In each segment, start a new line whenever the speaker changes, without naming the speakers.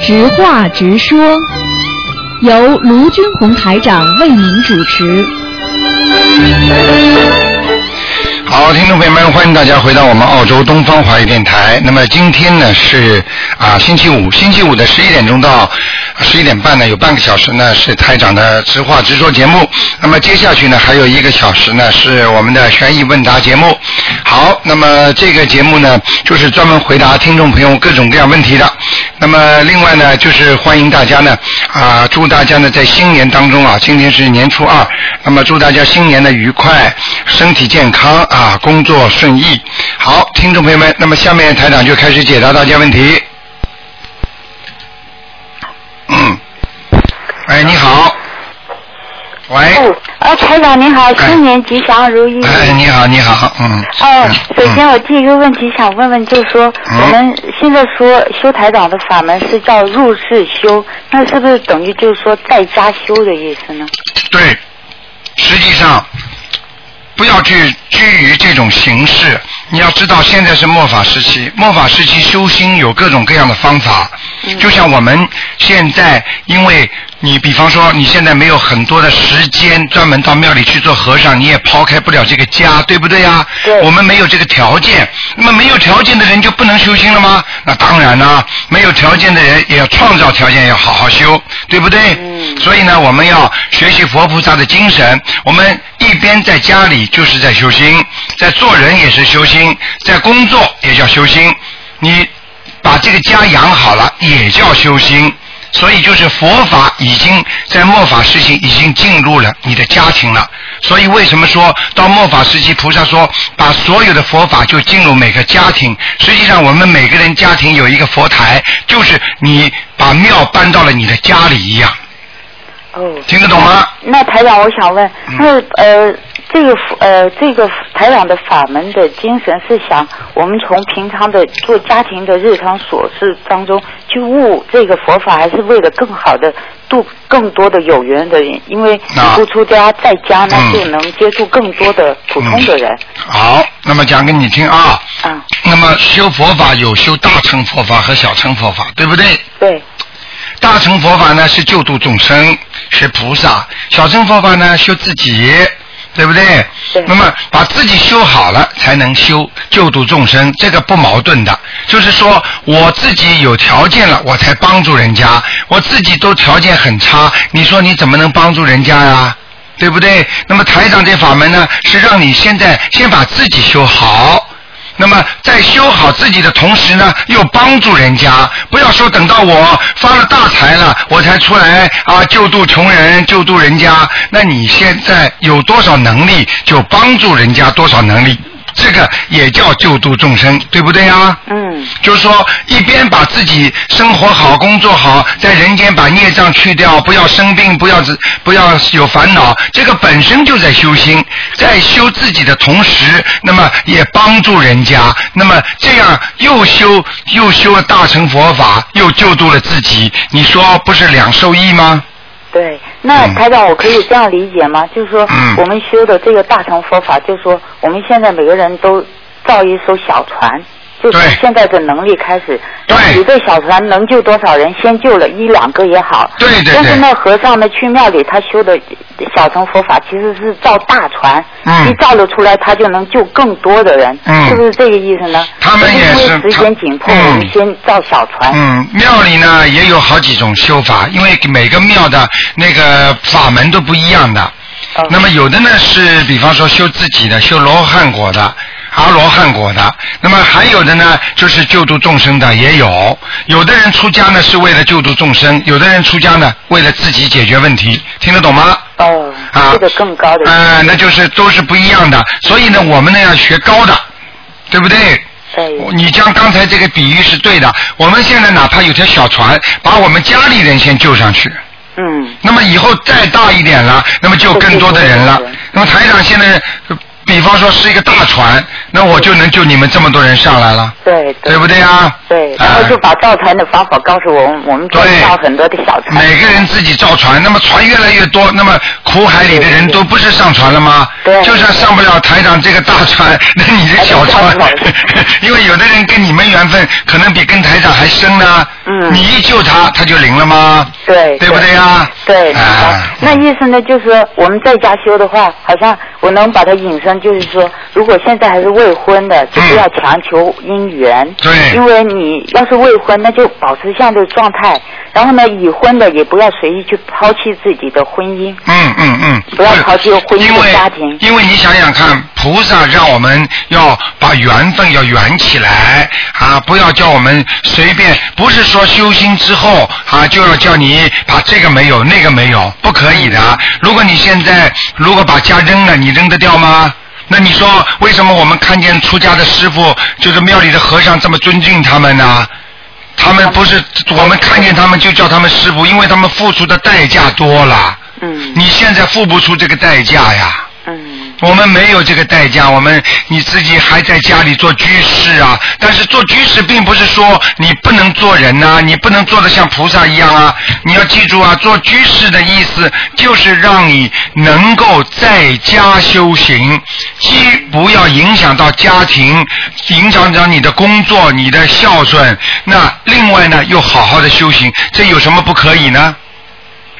直话直说，由卢军红台长为您主持。
好，听众朋友们，欢迎大家回到我们澳洲东方华语电台。那么今天呢是啊星期五，星期五的十一点钟到十一点半呢，有半个小时呢是台长的直话直说节目。那么接下去呢还有一个小时呢是我们的悬疑问答节目。好，那么这个节目呢就是专门回答听众朋友各种各样问题的。那么另外呢就是欢迎大家呢啊祝大家呢在新年当中啊，今天是年初二，那么祝大家新年的愉快，身体健康啊，工作顺意。好，听众朋友们，那么下面台长就开始解答大家问题。嗯，哎，你好，喂，
哦，呃，台长您好，新年吉祥如意。
哎，你好，你好，嗯，
哦，首
嗯
先我第一个问题想问问，就是说、
嗯
我们现在说修台长的法门是叫入世修，那是不是等于就是说在家修的意思呢？
对，实际上不要去拘于这种形式。你要知道，现在是末法时期，末法时期修心有各种各样的方法。就像我们现在，因为你比方说你现在没有很多的时间专门到庙里去做和尚，你也抛开不了这个家，对不对呀？
对
我们没有这个条件，那么没有条件的人就不能修心了吗？那当然啦，没有条件的人也要创造条件，要好好修，对不对？
嗯
所以呢，我们要学习佛菩萨的精神。我们一边在家里就是在修心，在做人也是修心，在工作也叫修心。你把这个家养好了，也叫修心。所以就是佛法已经在末法时期已经进入了你的家庭了。所以为什么说到末法时期，菩萨说把所有的佛法就进入每个家庭？实际上我们每个人家庭有一个佛台，就是你把庙搬到了你的家里一样。
哦，
听得懂吗？
那台长，我想问，
嗯
那呃，这个呃，这个台长的法门的精神是想我们从平常的做家庭的日常琐事当中去悟这个佛法，还是为了更好的度更多的有缘的人？因为你
啊
不出家，在家呢
嗯
就能接触更多的普通的人。
好，那么讲给你听啊。
啊，
那么修佛法有修大乘佛法和小乘佛法，对不对？
对，
大乘佛法呢是救度众生，学菩萨；小乘佛法呢修自己，对不对？
对
那么把自己修好了，才能修救度众生，这个不矛盾的。就是说，我自己有条件了，我才帮助人家；我自己都条件很差，你说你怎么能帮助人家呀？对不对？那么台长这法门呢，是让你现在先把自己修好，那么在修好自己的同时呢，又帮助人家，不要说等到我发了大财了，我才出来啊救度穷人、救度人家。那你现在有多少能力，就帮助人家多少能力，这个也叫救度众生，对不对啊？
嗯，
就是说，一边把自己生活好、工作好，在人间把孽障去掉，不要生病，不要自不要有烦恼，这个本身就在修心，在修自己的同时，那么也帮助人家，那么这样又修又修了大乘佛法，又救度了自己，你说不是两受益吗？
对。那
嗯
台长，我可以这样理解吗？就是说
嗯，
我们修的这个大乘佛法，就是说，我们现在每个人都造一艘小船，就从
对
现在的能力开始，
对
你这小船能救多少人，先救了一两个也好。
对对
但是
对，
那和尚呢，去庙里他修的小乘佛法，其实是造大船，
嗯
一造了出来，他就能救更多的人，
嗯
是不是这个意思呢？
他们也是
因为时间紧迫，
他嗯
我们先造小船。
嗯，庙里呢也有好几种修法，因为每个庙的那个法门都不一样的。
嗯
那么有的呢是，比方说修自己的，修罗汉果的。阿罗汉果的，那么还有的呢，就是救度众生的也有。有的人出家呢是为了救度众生，有的人出家呢为了自己解决问题，听得懂吗？
哦，
啊，
这个更高的。
呃，那就是都是不一样的。所以呢，我们呢要学高的，对不对？
对，
你将刚才这个比喻是对的。我们现在哪怕有条小船，把我们家里人先救上去，
嗯，
那么以后再大一点了，那么就有更多的人了
就更多的人。
那么台长现在呃比方说是一个大船，那我就能救你们这么多人上来了，
对
对不对啊？
对，然后就把造船的方法告诉我们，我们就
对
造很多的小船。
每个人自己造船，那么船越来越多，那么苦海里的人都不是上船了吗？
对
就算上不了台长这个大船， 那你是小船
还是小，
因为有的人跟你们缘分可能比跟台长还深呢。
嗯
你一救他，他就灵了吗？
对
对不对呀
对，
啊
那意思呢，就是说我们在家修的话，好像我能把它引申，就是说，如果现在还是未婚
嗯
的，就不要强求姻缘。
对
因为你要是未婚，那就保持这样的状态。然后呢，已婚的也不要随意去抛弃自己的婚姻。
嗯嗯嗯，
不要
是
抛弃婚姻
因为
家庭
因为你想想看，菩萨让我们要把缘分要圆起来啊，不要叫我们随便，不是说修心之后啊就要叫你把这个没有那个没有，不可以的。如果你现在如果把家扔了，你扔得掉吗？那你说为什么我们看见出家的师傅，就是庙里的和尚这么尊敬他们呢？他们不是我们看见他们就叫他们师傅，因为他们付出的代价多了。
嗯
你现在付不出这个代价呀。
嗯
我们没有这个代价，我们你自己还在家里做居士啊。但是做居士并不是说你不能做人呐、你不能做得像菩萨一样啊。你要记住啊，做居士的意思就是让你能够在家修行，既不要影响到家庭，影响到你的工作、你的孝顺。那另外呢，又好好的修行，这有什么不可以呢？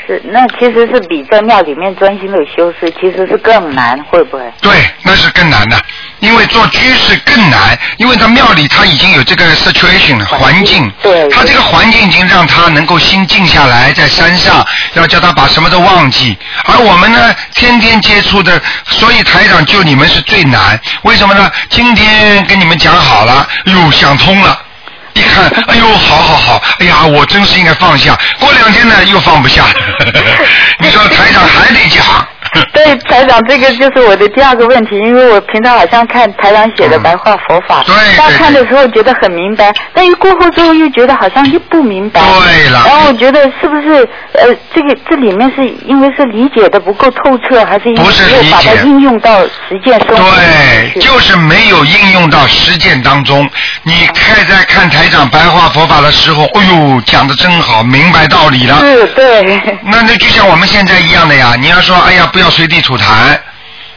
是，那其实是比在庙里面专心的修饰，其实是更难，会不会？
对，那是更难的，因为做居士更难，因为他庙里他已经有这个 situation 了环
环境
境，
对
他这个环境已经让他能够心静下来，在山上要叫他把什么都忘记，而我们呢，天天接触的，所以台长救你们是最难，为什么呢？今天跟你们讲好了，哟，想通了。一看，哎呦，好好好，哎呀，我真是应该放下。过两天呢，又放不下。 你说台长还得讲。
对，台长，这个就是我的第二个问题，因为我平常好像看台长写的白话佛法，
嗯对对
大家看的时候觉得很明白，但一过后之后又觉得好像又不明白。
对啊了
然后我觉得是不是呃，这个这里面是因为是理解的不够透彻，还是因为
不是
没有把它
理解
应用到实践生活里
对，
去？
就是没有应用到实践当中。你看在看台长白话佛法的时候，哎呦，讲的真好，明白道理了。
是，对，
那那就像我们现在一样的呀，你要说，哎呀，不要随地吐痰。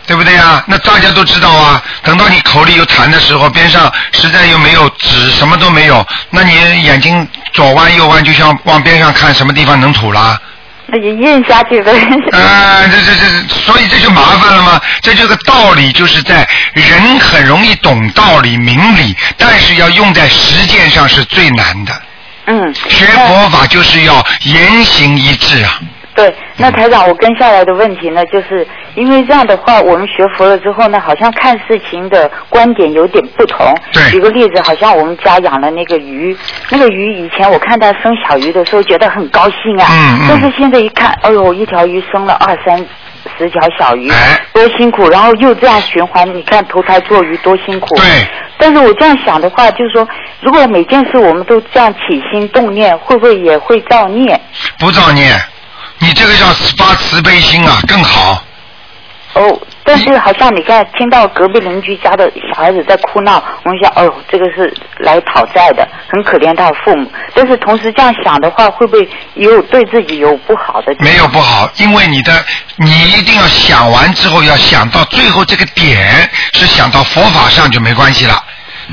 对不对呀？那大家都知道啊。等到你口里有痰的时候，边上实在又没有纸，什么都没有，那你眼睛左弯右弯，就像往边上看，什么地方能吐啦？
那就咽下去呗。
啊，这这这，所以这就麻烦了吗？这这个道理就是在人很容易懂道理、明理，但是要用在实践上是最难的。
嗯，
学
那
佛法就是要言行一致啊。
对，那台长，我跟下来的问题呢，就是因为这样的话，我们学佛了之后呢，好像看事情的观点有点不同。
对
举个例子，好像我们家养了那个鱼，那个鱼以前我看它生小鱼的时候觉得很高兴啊，
嗯嗯
但是现在一看，哎呦，一条鱼生了二三。十条小鱼
哎，
多辛苦！然后又这样循环，你看投胎做鱼多辛苦。
对。
但是我这样想的话，就是说，如果每件事我们都这样起心动念，会不会也会造孽？
不造孽，你这个叫发慈悲心啊，更好。
哦，但是好像你看，听到隔壁邻居家的小孩子在哭闹，我们想，哦，这个是来讨债的，很可怜他的父母。但是同时这样想的话，会不会也有对自己有不好的？
没有不好，因为你的你一定要想完之后，要想到最后这个点是想到佛法上就没关系了。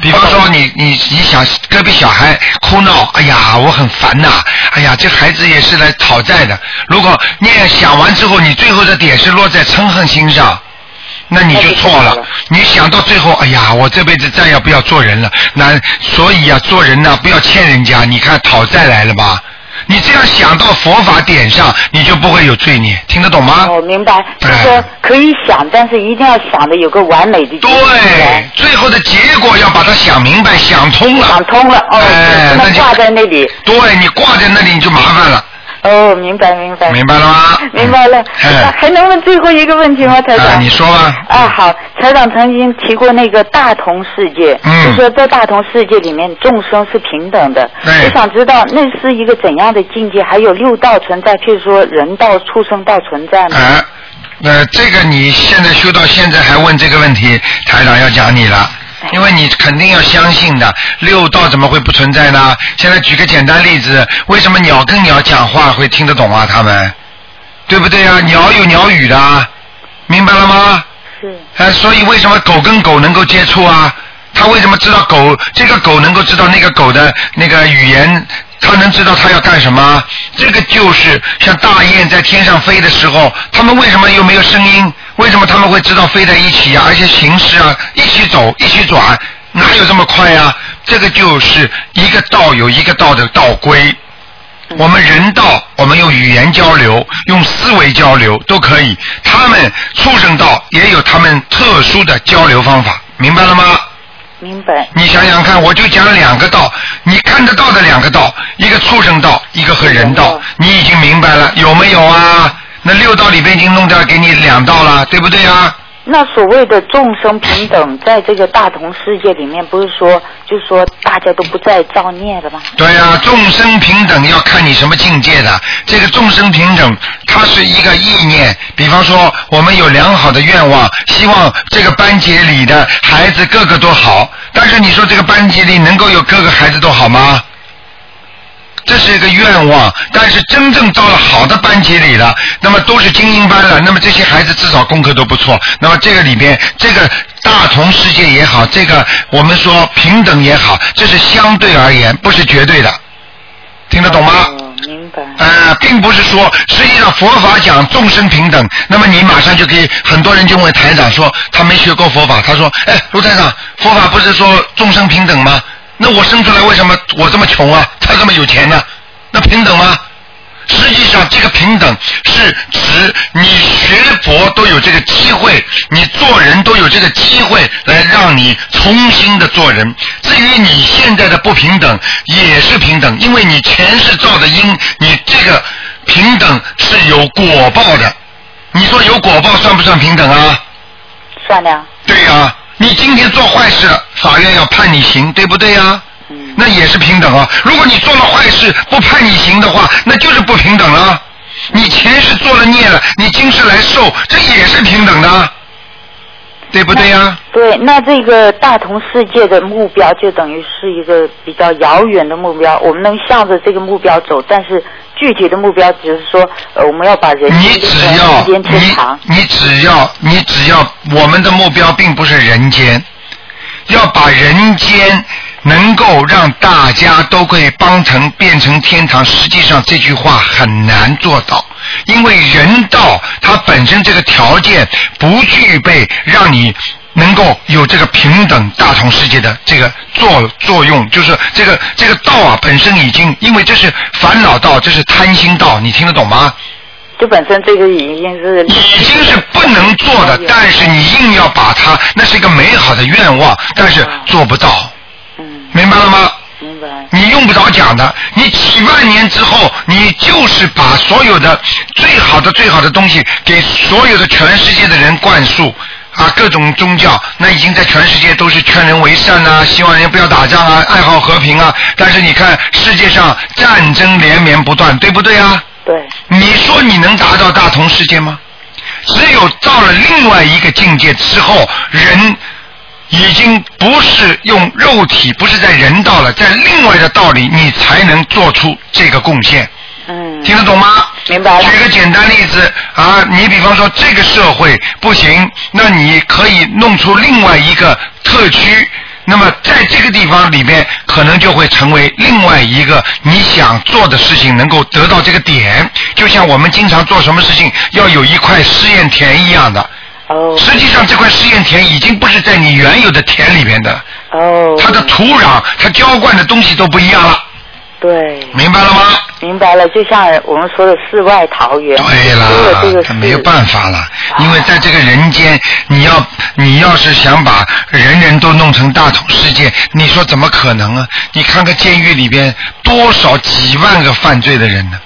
比方说你你你想隔壁小孩哭闹，哎呀，我很烦呐、哎呀，这孩子也是来讨债的。如果念想完之后，你最后的点是落在嗔恨心上，那你就错了。你想到最后，哎呀，我这辈子再也不要做人了。那所以呀、啊做人呐、不要欠人家。你看讨债来了吧？你这样想到佛法点上，你就不会有罪孽，听得懂吗？
哦，明白，就是说可以想，但是一定要想的有个完美的结果。
对，最后的结果要把它想明白、想通了。
想通了哦，
哎
对
那
那
就
挂在那里。
对你挂在那里你就麻烦了，
哦，明白明白
明白了吗？
明白了。那
哎，
还能问最后一个问题吗，台
啊，
长？
你说吧。
啊，好，台长曾经提过那个大同世界，
嗯
就说在大同世界里面，众生是平等的。
对
我想知道那是一个怎样的境界？还有六道存在，譬如说人道、畜生道存在吗？
哎，呃，这个你现在修到现在还问这个问题，台长要讲你了。因为你肯定要相信的，六道怎么会不存在呢？现在举个简单例子，为什么鸟跟鸟讲话会听得懂啊？他们，对不对啊？鸟有鸟语的啊，明白了吗？
是。
哎，所以为什么狗跟狗能够接触啊？它为什么知道狗这个狗能够知道那个狗的那个语言？它能知道它要干什么？这个就是像大雁在天上飞的时候，它们为什么又没有声音？为什么它们会知道飞在一起啊？而且形式啊，一起走，一起转，哪有这么快呀、这个就是一个道有一个道的道规。我们人道，我们用语言交流，用思维交流都可以。他们畜生道也有他们特殊的交流方法，明白了吗？
明白。
你想想看，我就讲两个道，你看得到的两个道，一个畜生道，一个和人道，你已经明白了有没有啊？那六道里边已经弄掉给你两道了，对不对啊？
那所谓的众生平等，在这个大同世界里面，不是说就说大家都不再造孽了吗？
对呀、众生平等要看你什么境界的。这个众生平等，它是一个意念。比方说，我们有良好的愿望，希望这个班级里的孩子个个都好。但是你说这个班级里能够有各个孩子都好吗？这是一个愿望，但是真正到了好的班级里了，那么都是精英班了，那么这些孩子至少功课都不错。那么这个里边，这个大同世界也好，这个我们说平等也好，这是相对而言，不是绝对的，听得懂吗？
哦明白。
呃，并不是说，实际上佛法讲众生平等，那么你马上就可以，很多人就问台长说，他没学过佛法，他说，哎，卢台长，佛法不是说众生平等吗？那我生出来为什么我这么穷啊，他这么有钱呢、那平等吗？实际上，这个平等是指你学佛都有这个机会，你做人都有这个机会来让你重新的做人。至于你现在的不平等，也是平等，因为你前世造的因，你这个平等是有果报的。你说有果报算不算平等啊？
算了。
对呀、你今天做坏事了，法院要判你刑，对不对啊呀、
嗯
那也是平等啊。如果你做了坏事不判你刑的话，那就是不平等了。你前世做了孽了，你今世来受，这也是平等的，对不对啊呀、
对，那这个大同世界的目标就等于是一个比较遥远的目标，我们能向着这个目标走，但是具体的目标只是说，呃，我们要把人
你只要
间天
你
堂。
你只要你只要我们的目标并不是人间，要把人间能够让大家都可以帮成变成天堂，实际上这句话很难做到，因为人道它本身这个条件不具备让你。能够有这个平等大同世界的这个作作用，就是这个这个道啊本身已经，因为这是烦恼道，这是贪心道，你听得懂吗？
就本身这个已经是
已经是不能做的，但是你硬要把它，那是一个美好的愿望，但是做不到。明白了吗？
嗯明白。
你用不着讲的，你几万年之后，你就是把所有的最好的最好的东西给所有的全世界的人灌输。啊，各种宗教，那已经在全世界都是劝人为善啊，希望人不要打仗啊，爱好和平啊。但是你看，世界上战争连绵不断，对不对啊？
对。
你说你能达到大同世界吗？只有到了另外一个境界之后，人已经不是用肉体，不是在人道了，在另外的道理，你才能做出这个贡献。嗯，听得懂吗？
明白了。
举个简单例子啊，你比方说这个社会不行，那你可以弄出另外一个特区，那么在这个地方里面，可能就会成为另外一个你想做的事情能够得到这个点，就像我们经常做什么事情要有一块试验田一样的。
哦。
实际上，这块试验田已经不是在你原有的田里面的。
哦。
它的土壤，它浇灌的东西都不一样了。
对。嗯
明白了吗？
明白了，就像我们说的世外桃源。对
啦
这个
他
世
没有办法了，因为在这个人间，你要你要是想把人人都弄成大同世界，你说怎么可能啊？你看看监狱里边多少几万个犯罪的人呢？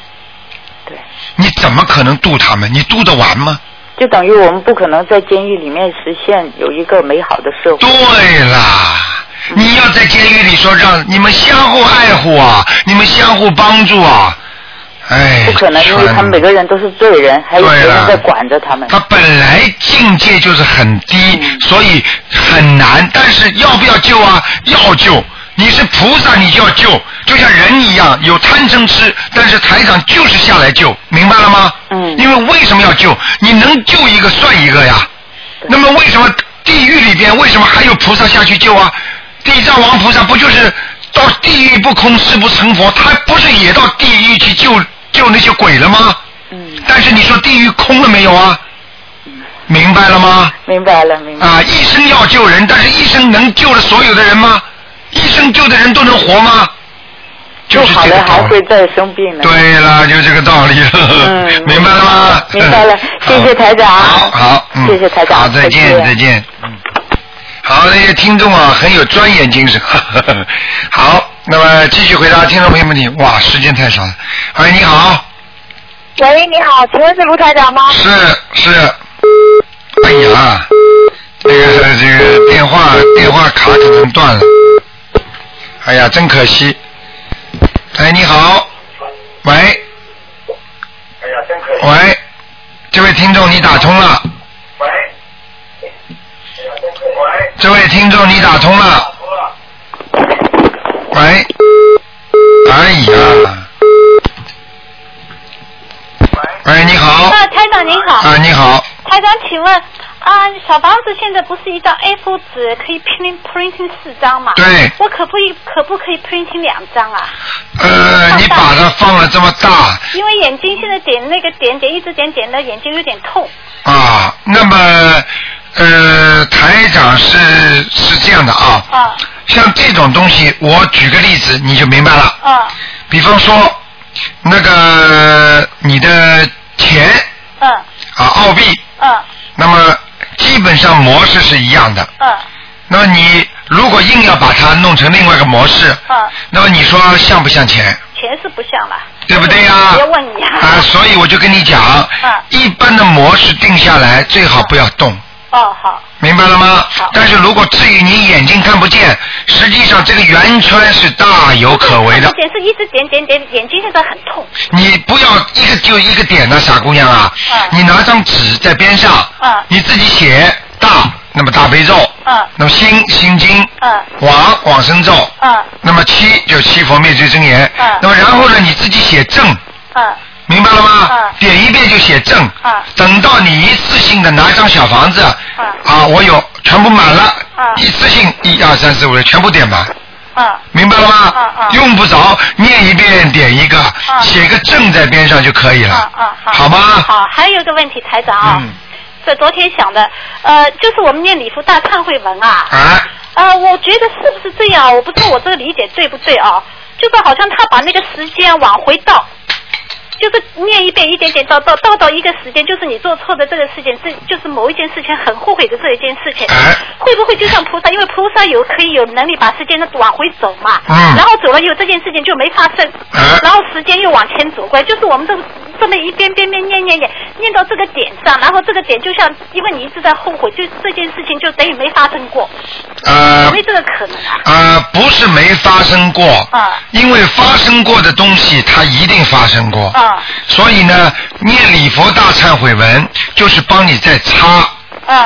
对，你怎么可能渡他们？你渡得完吗？
就等于我们不可能在监狱里面实现有一个美好的社会。
对啦，你要在监狱里说让你们相互爱护啊，你们相互帮助啊，哎，
不可能，因为他们每个人都是罪人，还有别
对
人
了
在管着他们。
他本来境界就是很低，
嗯
所以很难。但是要不要救啊？要救。你是菩萨，你就要救，就像人一样有贪嗔痴，但是台长就是下来救，明白了吗？
嗯
因为为什么要救？你能救一个算一个呀。
对
那么为什么地狱里边为什么还有菩萨下去救啊？地藏王菩萨不就是到地狱不空，誓不成佛，他不是也到地狱去救救那些鬼了吗？
嗯，
但是你说地狱空了没有啊？明白了吗？
明白了，明白了。
啊，医生要救人，但是医生能救了所有的人吗？医生救的人都能活吗？就是
不好
这个
的
道
还会
理。
再生病呢。
对了，就这个道理了，
嗯
明白了吗？
明白了谢谢台长
好，好，嗯
谢谢台长
好，再见，
再见
再见。嗯，好，这些听众啊，很有钻研精神。 好，那么继续回答听众朋友问题。哇，时间太少了。喂，你好。
喂，你好，请问是卢台长吗？
是是，哎呀，这个这个电话电话卡可能断了，哎呀，真可惜。哎，你好，喂，
哎呀，真可惜。
喂，这位听众你打通了，
喂。哎呀，真可惜。喂。
这位听众你打通了，
通了。
喂，哎呀，喂，你好，
啊，台长您好，
啊，你好，
台长，请问啊，小房子现在不是一张 A4 纸可以 print printing 四张吗？
对
我可不可以可不可以 printing 两张啊？
呃，你把它放了这么大，
因为眼睛现在点那个点点一直点点的眼睛有点痛。
啊，那么呃，台长是是这样的啊，
啊
像这种东西，我举个例子你就明白了。
啊
比方说，那个你的钱
嗯
啊，澳币，
嗯
那么基本上模式是一样的。
嗯
那么你如果硬要把它弄成另外一个模式，
嗯，
那么你说像不像钱？
钱是不像了，
对不对呀、
别问你啊
啊，所以我就跟你讲，一般的模式定下来最好不要动。
哦好，
明白了吗
好？
但是如果至于你眼睛看不见，实际上这个圆圈是大有可为的
这。点是一直点点点，眼睛现在很痛。
你不要一个就一个点呢、傻姑娘啊！
嗯
你拿张纸在边上，
嗯
你自己写大，那么大悲咒，
嗯
那么心心经，
嗯
往往生咒，
嗯
那么七就七佛灭罪真言，
嗯
那么然后呢你自己写正，
嗯
明白了吗？
嗯
点一遍就写正。
嗯
等到你一次性的拿一张小房子。
嗯
啊，我有全部满了。
嗯
一次性一二三四五六全部点满，
嗯
明白了吗？
嗯嗯
用不着念一遍点一个，
嗯
写个正在边上就可以了
嗯，嗯嗯，
好吗？
好，还有一个问题，台长啊。
嗯。
这昨天想的，呃，就是我们念礼佛大忏悔文啊，
啊，
呃，我觉得是不是这样？我不知道我这个理解对不对啊？就是好像他把那个时间往回倒，就是念一遍一点点倒倒倒到一个时间，就是你做错的这个事情，这就是某一件事情很后悔的这一件事情
哎，
会不会就像菩萨？因为菩萨有可以有能力把时间往回走嘛，
嗯
然后走了以后这件事情就没发生
哎，
然后时间又往前走过来，就是我们这个这么一遍遍遍念念念念到这个点上，然后这个点就像因为你一直在后悔，就这件事情就等于没发生过。
呃
有没有这个可能啊？
呃，不是没发生过。
嗯
因为发生过的东西，它一定发生过。
嗯
所以呢，念礼佛大忏悔文就是帮你在擦。
嗯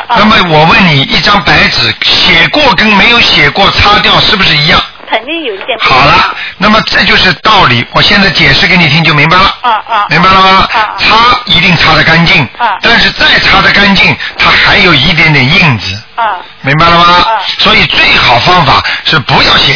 那
嗯，
么我问你，一张白纸写过跟没有写过擦掉是不是一样？
肯定有一点不一
好
样。
了，那么这就是道理。我现在解释给你听就明白了。
嗯嗯
明白了吗
嗯？嗯
擦一定擦得干净。
嗯
但是再擦得干净，它还有一点点印子。
嗯，
明白了吗？
嗯
所以最好方法是不要写。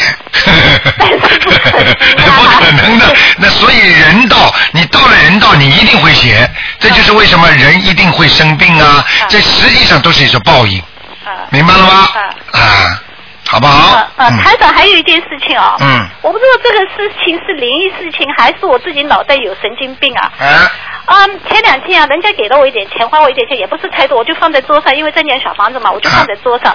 但是不可能啊
不可能的。那所以人道，你到了人道，你一定会写。这就是为什么人一定会生病啊！
嗯
这实际上都是一种报应，
嗯
明白了吗？
嗯
啊，好不好
嗯？嗯，
嗯
台长还有一件事情哦，
嗯
我不知道这个事情是灵异事情还是我自己脑袋有神经病啊。
啊，
嗯，前两天啊，人家给了我一点钱，花我一点钱，也不是太多，我就放在桌上，因为在念小房子嘛，我
啊
就放在桌上。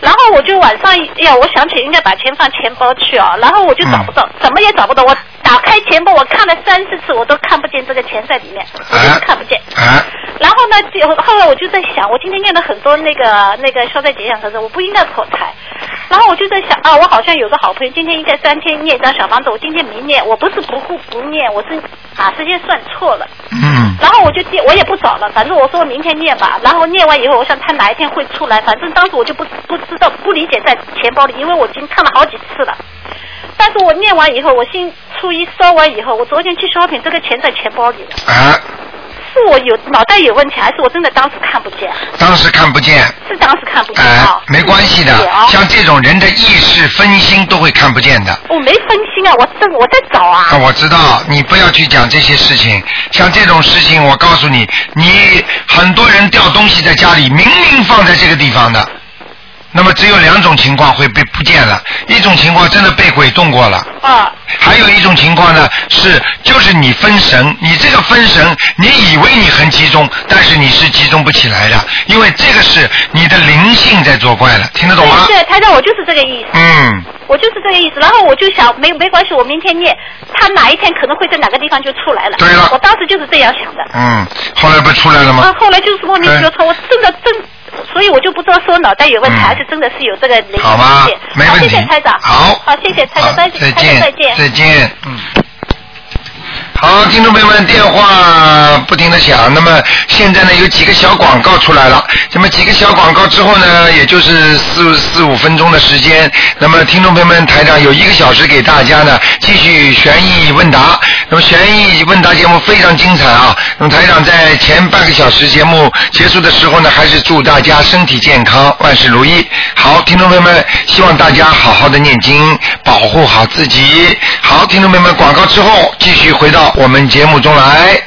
然后我就晚上，哎呀，我想起应该把钱放钱包去啊，然后我就找不
嗯
到，怎么也找不到。我打开钱包，我看了三四次，我都看不见这个钱在里面，我就是看不见。
啊，
然后呢，就后来我就在想，我今天念了很多那个那个消灾吉祥神咒，我不应该破财。然后我就在想啊，我好像有个好朋友，今天应该三天念一张小房子，我今天没念，我不是不不不念，我是把时间算错了。
嗯
然后我就念，我也不找了，反正我说明天念吧。然后念完以后，我想他哪一天会出来，反正当时我就不不知道不理解在钱包里，因为我已经看了好几次了。但是我念完以后，我星初一烧完以后，我昨天去 shopping，这个钱在钱包里了，
啊，
是我有脑袋有问题，还是我真的当时看不见？
当时看不见，
是当时看不见
哎、
啊？
没关系
对
的
啊，
像这种人的意识分心都会看不见的。
我没分心啊，我正我在找
啊，
啊。
我知道，你不要去讲这些事情。像这种事情，我告诉你，你很多人掉东西在家里，明明放在这个地方的，那么只有两种情况会被不见了，一种情况真的被鬼动过了，
啊，
还有一种情况呢是就是你分神，你这个分神，你以为你很集中，但是你是集中不起来的，因为这个是你的灵性在作怪了，听得懂吗？
对对，台长，我就是这个意思。
嗯，
我就是这个意思。然后我就想，没没关系，我明天念，他哪一天可能会在哪个地方就出来了。
对了
我当时就是这样想的。
嗯，后来不出来了吗？
啊，后来就是莫名其妙
对
从我真的真，所以我就不知道说脑袋有问题，
嗯
还是真的是有这个灵
好吗
性？
没问题。
谢谢台长。
好。
好，谢谢台
好
长，再
再
台长再见。
再见。嗯。好，听众朋友们，电话不停的响。那么现在呢，有几个小广告出来了。那么几个小广告之后呢，也就是四四五分钟的时间。那么听众朋友们，台长有一个小时给大家呢，继续悬疑问答。那么悬疑问答节目非常精彩啊。那么台长在前半个小时节目结束的时候呢，还是祝大家身体健康，万事如意。好，听众朋友们，希望大家好好的念经，保护好自己。好，听众朋友们，广告之后继续回到我们节目中来。